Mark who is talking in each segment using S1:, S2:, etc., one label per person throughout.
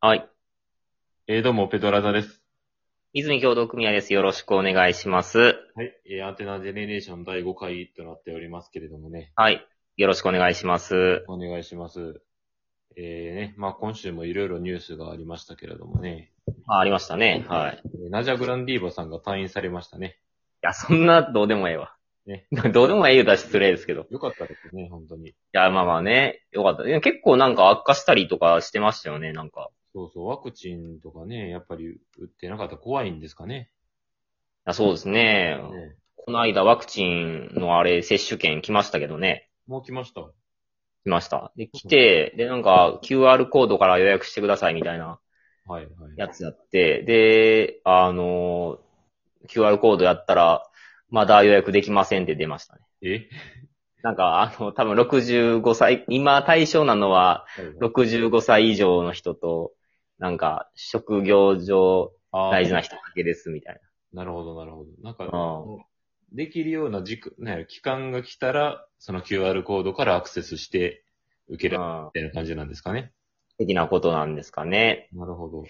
S1: はい。
S2: えー、どうも、ペトラザです。
S1: 泉共同組合です。よろしくお願いします。
S2: はい。えー、アンテナジェネレーション第5回となっておりますけれどもね。
S1: はい。よろしくお願いします。
S2: お願いします。えー、ね、まあ今週もいろいろニュースがありましたけれどもね。
S1: あ、ありましたね。はい。い
S2: えーナジャ・グランディーバさんが退院されましたね。
S1: や、そんな、どうでもええわ。
S2: ね
S1: どうでもええ言うたら失礼ですけど。い
S2: よかったですね、本当に。
S1: や、まあまあね、よかった。でも結構なんか悪化したりとかしてましたよね、なんか。
S2: そうそう、ワクチンとかね、やっぱり打ってなかったら怖いんですかね。
S1: あそうですね。
S2: ね
S1: この間ワクチンのあれ、接種券来ましたけどね。
S2: もう来ました。
S1: 来ました。で、来て、で、なんか QR コードから予約してくださいみたいな
S2: はい、はい。
S1: やつやって、で、あの、QR コードやったら、まだ予約できませんって出ましたね。
S2: え
S1: なんか、あの、多分65歳、今対象なのは、
S2: はいはい
S1: 65歳以上の人と、なんか、職業上
S2: あー
S1: 大事な人だけです、みたい
S2: なるほど、なるほど。なんか、
S1: な。
S2: できるような時間、ね、期間が来たら、その QR コードからアクセスして受けられる
S1: うん。
S2: みたいな感じなんですかね。
S1: 的なことなんですかね。
S2: なるほど。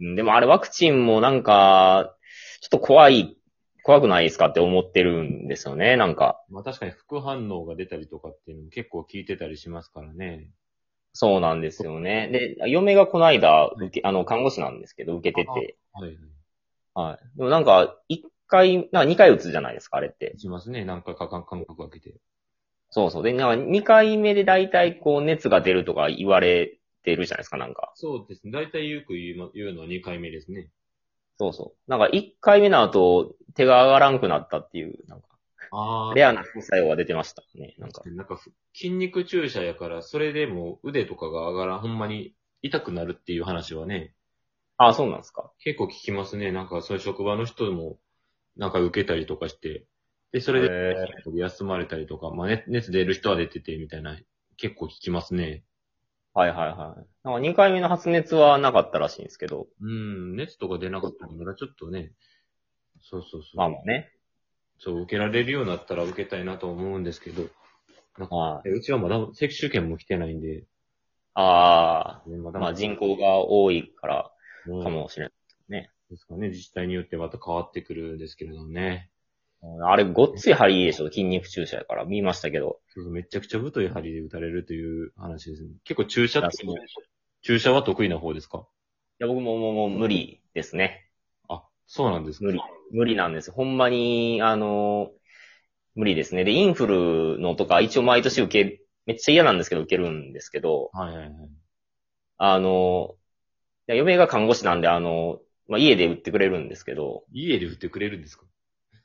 S1: うんでもあれワクチンもなんか、ちょっと怖い、怖くないですかって思ってるんですよね、なんか。
S2: まあ確かに副反応が出たりとかっていうのも結構聞いてたりしますからね。
S1: そうなんですよね。で、嫁がこの間、受け、あの、看護師なんですけど、受けてて。
S2: はいはい。
S1: はい。でもなんか、1回、なんか2回打つじゃないですか、あれって。
S2: しますね。なんかか間隔空けて。
S1: そうそう。で、なんか2回目で大体こう熱が出るとか言われてるじゃないですか、なんか。
S2: そうですね。大体よく言うま言うのは2回目ですね。
S1: そうそう。なんか1回目の後、手が上がらんくなったっていう、なんか、
S2: あ
S1: レアな副作用が出てましたね、なんか。
S2: なんかふ筋肉注射やから、それでも腕とかが上がらん、ほんまに痛くなるっていう話はね、
S1: あそうなんですか。
S2: 結構聞きますね。なんかそういう職場の人も、なんか受けたりとかして、で、そ
S1: へ
S2: れで
S1: ー
S2: 休まれたりとか、まあ熱熱出る人は出ててみたいな、結構聞きますね。
S1: はいはいはい。なんか2回目の発熱はなかったらしいんですけど、
S2: うん、熱とか出なかったら、ちょっとね、そうそうそう。
S1: まあまあね。
S2: そう、受けられるようになったら受けたいなと思うんですけど、
S1: はい。
S2: えうちはまだ接種券も来てないんで、
S1: あ
S2: ねま
S1: あ、
S2: だ
S1: ま
S2: ま
S1: あ
S2: だ、
S1: 人口が多いから
S2: ね
S1: かもしれない。
S2: ですかね、自治体によってまた変わってくるんですけれどもね。
S1: あれ、ごっつい針でしょ、筋肉注射やから。見ましたけど。
S2: そうそうめちゃくちゃ太い針で打たれるという話ですね。結構注射って
S1: いやそう、
S2: 注射は得意な方ですか
S1: いや、僕ももうもう無理ですね。
S2: あ、そうなんですか
S1: 無理。無理なんです。ほんまに、あの、無理ですね。で、インフルのとか、一応毎年受け、めっちゃ嫌なんですけど、受けるんですけど、
S2: はいはいはい。
S1: あの、いや嫁が看護師なんで、あの、まあ、家で売ってくれるんですけど、
S2: 家で打ってくれるんですか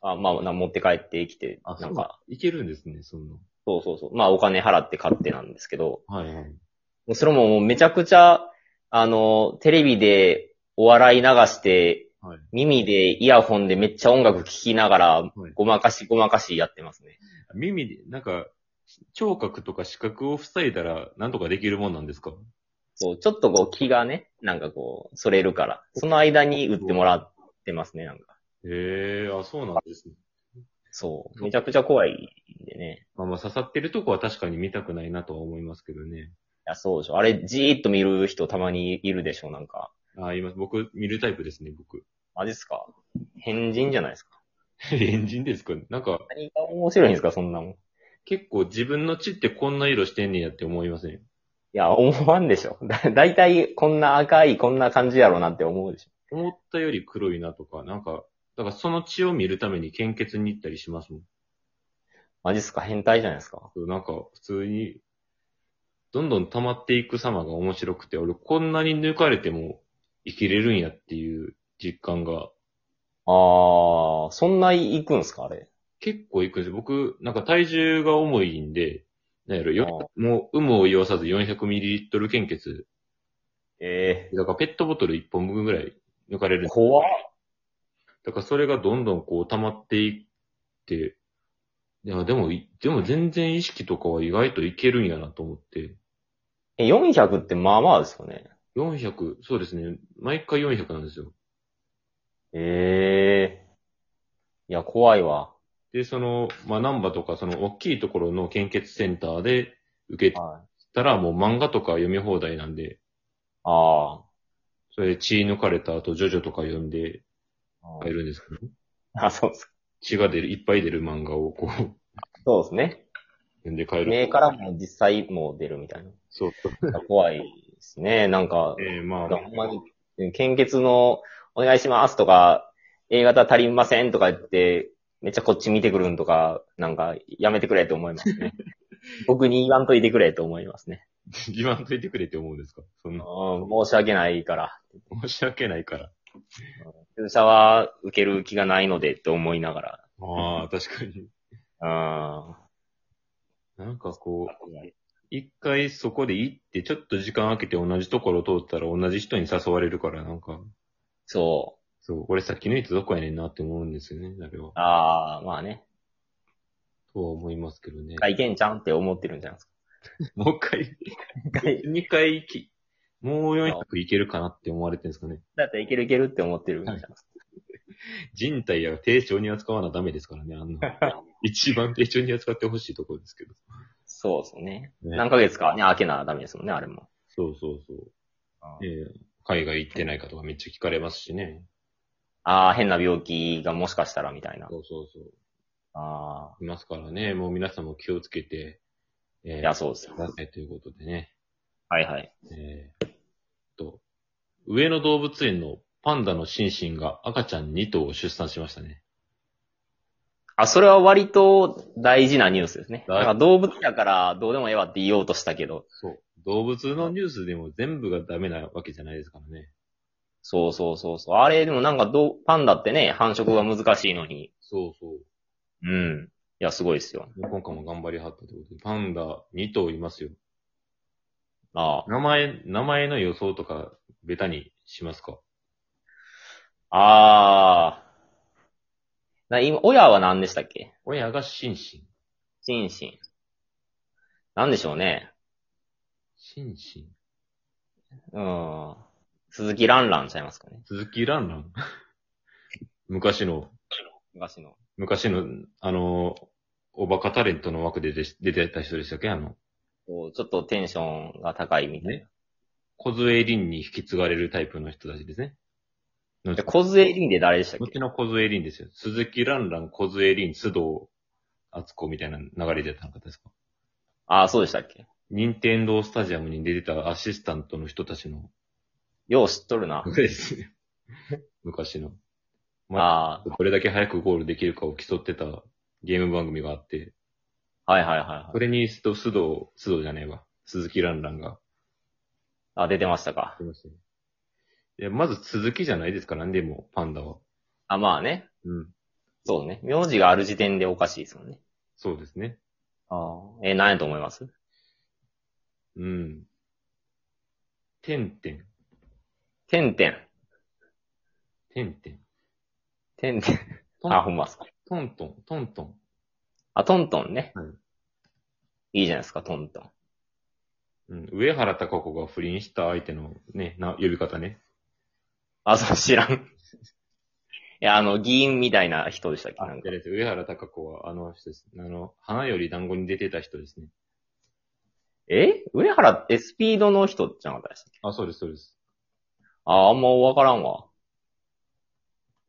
S1: あまあ、な持って帰ってきて、
S2: あ、
S1: な
S2: そ
S1: ん
S2: う
S1: か、
S2: か。いけるんですね、そんな。
S1: そうそうそう、まあ、お金払って買ってなんですけど、
S2: はいはい。
S1: もうそれももうめちゃくちゃ、あの、テレビでお笑い流して、
S2: はい
S1: 耳でイヤホンでめっちゃ音楽聴きながら、ごまかしごまかしやってますね。
S2: 耳で、なんか、聴覚とか視覚を塞いだら、なんとかできるもんなんですか
S1: そう、ちょっとこう気がね、なんかこう、それるから、その間に打ってもらってますね、なんか。
S2: へえ、あ、そうなんですね。
S1: そう。めちゃくちゃ怖いんでね。
S2: まあまあ、刺さってるとこは確かに見たくないなとは思いますけどね。
S1: いや、そうでしょ。あれ、じーっと見る人たまにいるでしょ、なんか。
S2: あ、今、僕、見るタイプですね、僕。
S1: マジっすか変人じゃないですか。
S2: 変人ですかなんか、
S1: 何が面白いんですか、そんなもん。い
S2: 結構自分の血ってこんな色してんねやって思いません
S1: や、思わんでしょ。だ、だいたいこんな赤い、こんな感じやろうなって思うでしょ。
S2: 思ったより黒いなとか、なんか、だからその血を見るために献血に行ったりしますもん。
S1: マジっすか変態じゃないですか。
S2: なんか、普通に、どんどん溜まっていく様が面白くて、俺こんなに抜かれても生きれるんやっていう実感が
S1: あー、そんな行くんすか、あれ。
S2: 結構いくんですよ。僕、なんか体重が重いんで、なんやろ、よ
S1: あ
S2: もう、有無を言わさず 400ml 献血。
S1: え
S2: だからペットボトル1本分ぐらい抜かれるん
S1: えー。
S2: です
S1: 怖っ
S2: だからそれがどんどんこう溜まっていって、いや、でもい、でも全然意識とかは意外といけるんやなと思って。
S1: え、400ってまあまあですよね。
S2: 400、そうですね。毎回400なんですよ。
S1: ええいや、怖いわ。
S2: で、その、まあ、ナンバとか、その、大きいところの献血センターで受け
S1: はい。
S2: たら、もう漫画とか読み放題なんで、
S1: ああ。
S2: それで血抜かれた後、ジョジョとか読んで入るんですけど、
S1: あ、 そうです。
S2: 血が出る、いっぱい出る漫画をこう、
S1: そうですね。
S2: 読んで帰る。
S1: 目からも実際もう出るみたい
S2: そう。
S1: な。怖いですね。なんか、
S2: えー、まあ、
S1: ほんまに、献血のお願いしますとか、A 型足りませんとか言って、めっちゃこっち見てくるんとか、なんか、やめてくれと思いますね。僕に言わんといてくれと思いますね。
S2: 自慢ついてくれって思うんですかそんな、
S1: うん申し訳ないから。
S2: 申し訳ないから。
S1: 注射は受ける気がないのでって思いなが
S2: ああ、確かに。
S1: ら。
S2: なんかこう、一回そこで行って、ちょっと時間空けて同じところ通ったら同じ人に誘われるから、なんか、
S1: そ
S2: そう、俺さっきのやつどこやねんなって思うんですよね、あれは
S1: う。。ああ、まあね。
S2: とは思いますけどね。
S1: 外見ちゃんって思ってるんじゃないです
S2: もう一回、
S1: か。
S2: 二回行き、もう400いけるかなって思われてるんですかね。
S1: だっていけるいけるって思ってるんじゃないですか。
S2: 人体や丁重に扱わなダメですからね、あんな。一番丁重に扱ってほしいところですけど。
S1: そうですね。
S2: ね
S1: 何ヶ月かね、開けなダメですもんね、あれも。
S2: そうそうそう。ええ海外行ってないかとかめっちゃ聞かれますしね。
S1: ああ、変な病気がもしかしたらみたいな。
S2: そうそうそう。
S1: あ
S2: いますからね、もう皆さんも気をつけて、え
S1: あ。
S2: え
S1: いや、そうですよ
S2: く。ださいということでね。
S1: はいはい。
S2: ええと、上野動物園のパンダのシンシンが赤ちゃん2頭を出産しましたね。
S1: あ、それは割と大事なニュースですね。
S2: 大
S1: なんか動物だからどうでもええわって言おうとしたけど。
S2: そう。動物のニュースでも全部がダメなわけじゃないですからね。
S1: そうそうそうそう。あれ、でもなんかどう、パンダってね、繁殖が難しいのに。
S2: そうそう。
S1: うん。いや、すごいですよ。
S2: 今回も頑張りはったということで、パンダ2頭いますよ。
S1: あ
S2: 名前、名前の予想とか、ベタにしますか
S1: あ。ああ。な今、親は何でしたっけ
S2: 親がシンシン。
S1: シンシン。なんでしょうね。
S2: シンシン。
S1: うん。鈴木ランランちゃいますかね。
S2: 鈴木ランラン。 昔の、
S1: 昔の。
S2: 昔の、あの、おバカタレントの枠で出て出てた人でしたっけあの、
S1: こうちょっとテンションが高いみたいな。
S2: 小杖凛に引き継がれるタイプの人たちですね。
S1: で、小杖リンで誰でしたっけ
S2: 後の小杖凛ですよ。鈴木ランラン、小杖凛、須藤敦子みたいな流れでやったのかですか
S1: ああ、そうでしたっけ
S2: 任天堂スタジアムに出てたアシスタントの人たちの
S1: よう知っとるな。
S2: ですね。昔の。
S1: あ
S2: どれだけ早くゴールできるかを競ってたゲーム番組があって、
S1: あ、はいはいはいはい。
S2: それに須藤、須藤、須藤じゃねえわ。鈴木ランランが。
S1: あ、出てましたか。
S2: いや、まず鈴木じゃないですから、ね、でも、パンダは。
S1: あ、まあね。
S2: うん。
S1: そうね。名字がある時点でおかしいですもんね。
S2: そうですね。
S1: ああ。えー、何やと思います
S2: うん。てんてん、
S1: てんてん。
S2: てんてん。
S1: てんてん。
S2: ト
S1: あ、ほ
S2: ン
S1: んまっすか。
S2: トントン、トントン。
S1: あ、トントンね。
S2: うん
S1: いいじゃないですか、トントン。
S2: うん。上原貴子が不倫した相手のね、な、呼び方ね。
S1: あ、そう、知らん。いや、あの、議員みたいな人でしたっけ
S2: あ、
S1: なん
S2: じ
S1: か
S2: ゃないです。上原貴子は、あの人です。あの、花より団子に出てた人ですね。
S1: え上原ってスピードの人じゃなかったでしたっけ
S2: あ、そうです、そうです。
S1: あ、あんまわからんわ。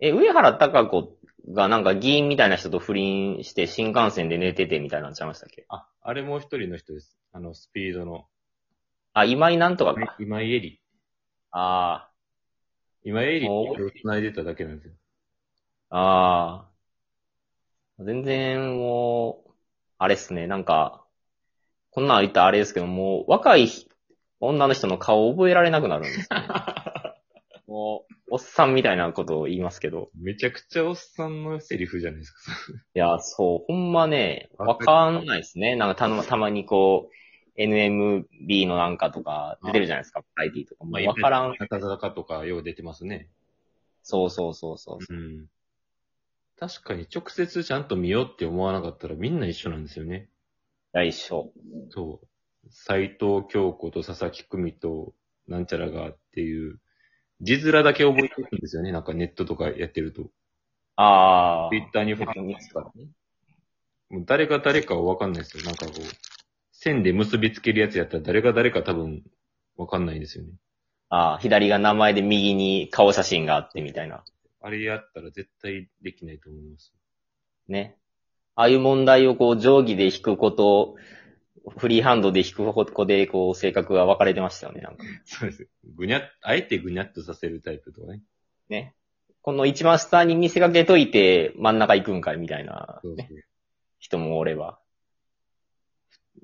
S1: え、上原貴子がなんか議員みたいな人と不倫して新幹線で寝ててみたいなのちゃいましたっけ
S2: あ、あれもう一人の人です。あの、スピードの。
S1: あ、今井なんとかか。
S2: 今井絵里。
S1: あ
S2: 今井絵里って手を繋いでただけなんですよ。
S1: あ、ああ。全然もう、あれっすね、なんか、こんなん言ったらあれですけど、もう若いひ女の人の顔を覚えられなくなるんですよね。もう、おっさんみたいなことを言いますけど。
S2: めちゃくちゃおっさんのセリフじゃないですか。
S1: いや、そう、ほんまね、わかんないですね。なんかたの、たまにこう、NMB のなんかとか出てるじゃないですか、ID とか。もうわからん。
S2: 中坂とかよう出てますね。
S1: そうそうそうそう。
S2: うん。確かに直接ちゃんと見ようって思わなかったらみんな一緒なんですよね。
S1: 来緒。
S2: そう。斎藤京子と佐々木久美となんちゃらがっていう、字面だけ覚えてるんですよね。なんかネットとかやってると。
S1: ああ。
S2: ツイッターにフォロー
S1: 見ますからね。
S2: もう誰が誰かは分かんないですよ。なんかこう、線で結びつけるやつやったら誰が誰か多分分かんないんですよね。
S1: ああ、左が名前で右に顔写真があってみたいな。
S2: あれやったら絶対できないと思います。
S1: ね。ああいう問題をこう、定規で引くこと、フリーハンドで引くことで、こう、性格が分かれてましたよね、なんか。
S2: そうです。ぐにゃっ、あえてぐにゃっとさせるタイプとかね。
S1: ね。この一番下に見せかけといて、真ん中行くんかい、みたいな、
S2: そう
S1: ね、
S2: そ
S1: 人もおれば。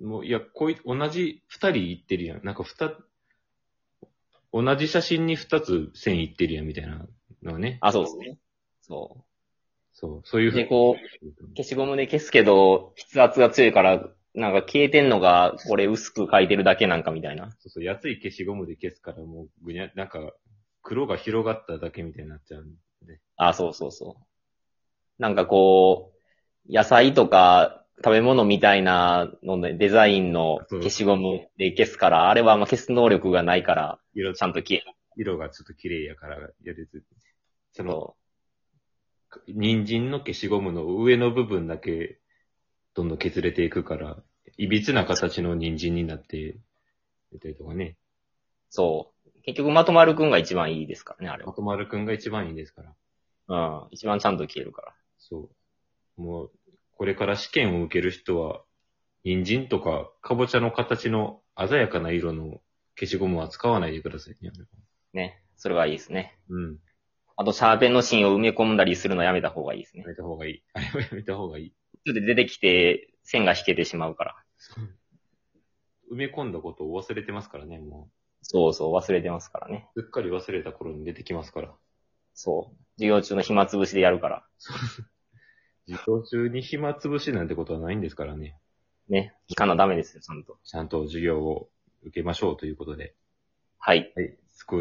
S2: う。もう、いや、こい、同じ二人行ってるやん。なんか二、同じ写真に二つ線行ってるやんみたいなのはね。
S1: あ、そうですね。そ
S2: そう、そういう
S1: う。で、こう、消しゴムで消すけど、筆圧が強いから、なんか消えてんのが、これ薄く書いてるだけなんかみたいな。
S2: そうそう、安い消しゴムで消すからもうぐにゃ、なんか、黒が広がっただけみたいになっちゃうんで。
S1: あ、そうそうそう。なんかこう、野菜とか食べ物みたいなのでデザインの消しゴムで消すから、あれはあんま消す能力がないから、
S2: 色
S1: ちゃんと消える。
S2: 色がちょっと綺麗やから、やれず。その、
S1: そ
S2: 人参の消しゴムの上の部分だけ、どんどん削れていくから、いびつな形の人参になって、みたりとかね。
S1: う。そう。結局まとまるくんが一番いいですからね、あれ
S2: まとまるくんが一番いいですから。
S1: は。うん。一番ちゃんと消えるから。
S2: そう。もう、これから試験を受ける人は、人参とか、かぼちゃの形の鮮やかな色の消しゴムは使わないでくださいね。
S1: ね。それはいいですね。
S2: うん。
S1: あと、シャーペンの芯を埋め込んだりするのやめた方がいいですね
S2: や。めた方がい い。あれはやめた方がいい。
S1: ちょっと出てきて、線が引けてしまうから。
S2: 埋め込んだことを忘れてますからね、も
S1: そうそう、忘れてますからね。
S2: う。すっかり忘れた頃に出てきますから。
S1: そう。授業中の暇つぶしでやるから。
S2: 授業中に暇つぶしなんてことはないんですからね。
S1: ね。聞かなダメですよ、ちゃんと。
S2: ちゃんと授業を受けましょうということで。
S1: はい。
S2: はい。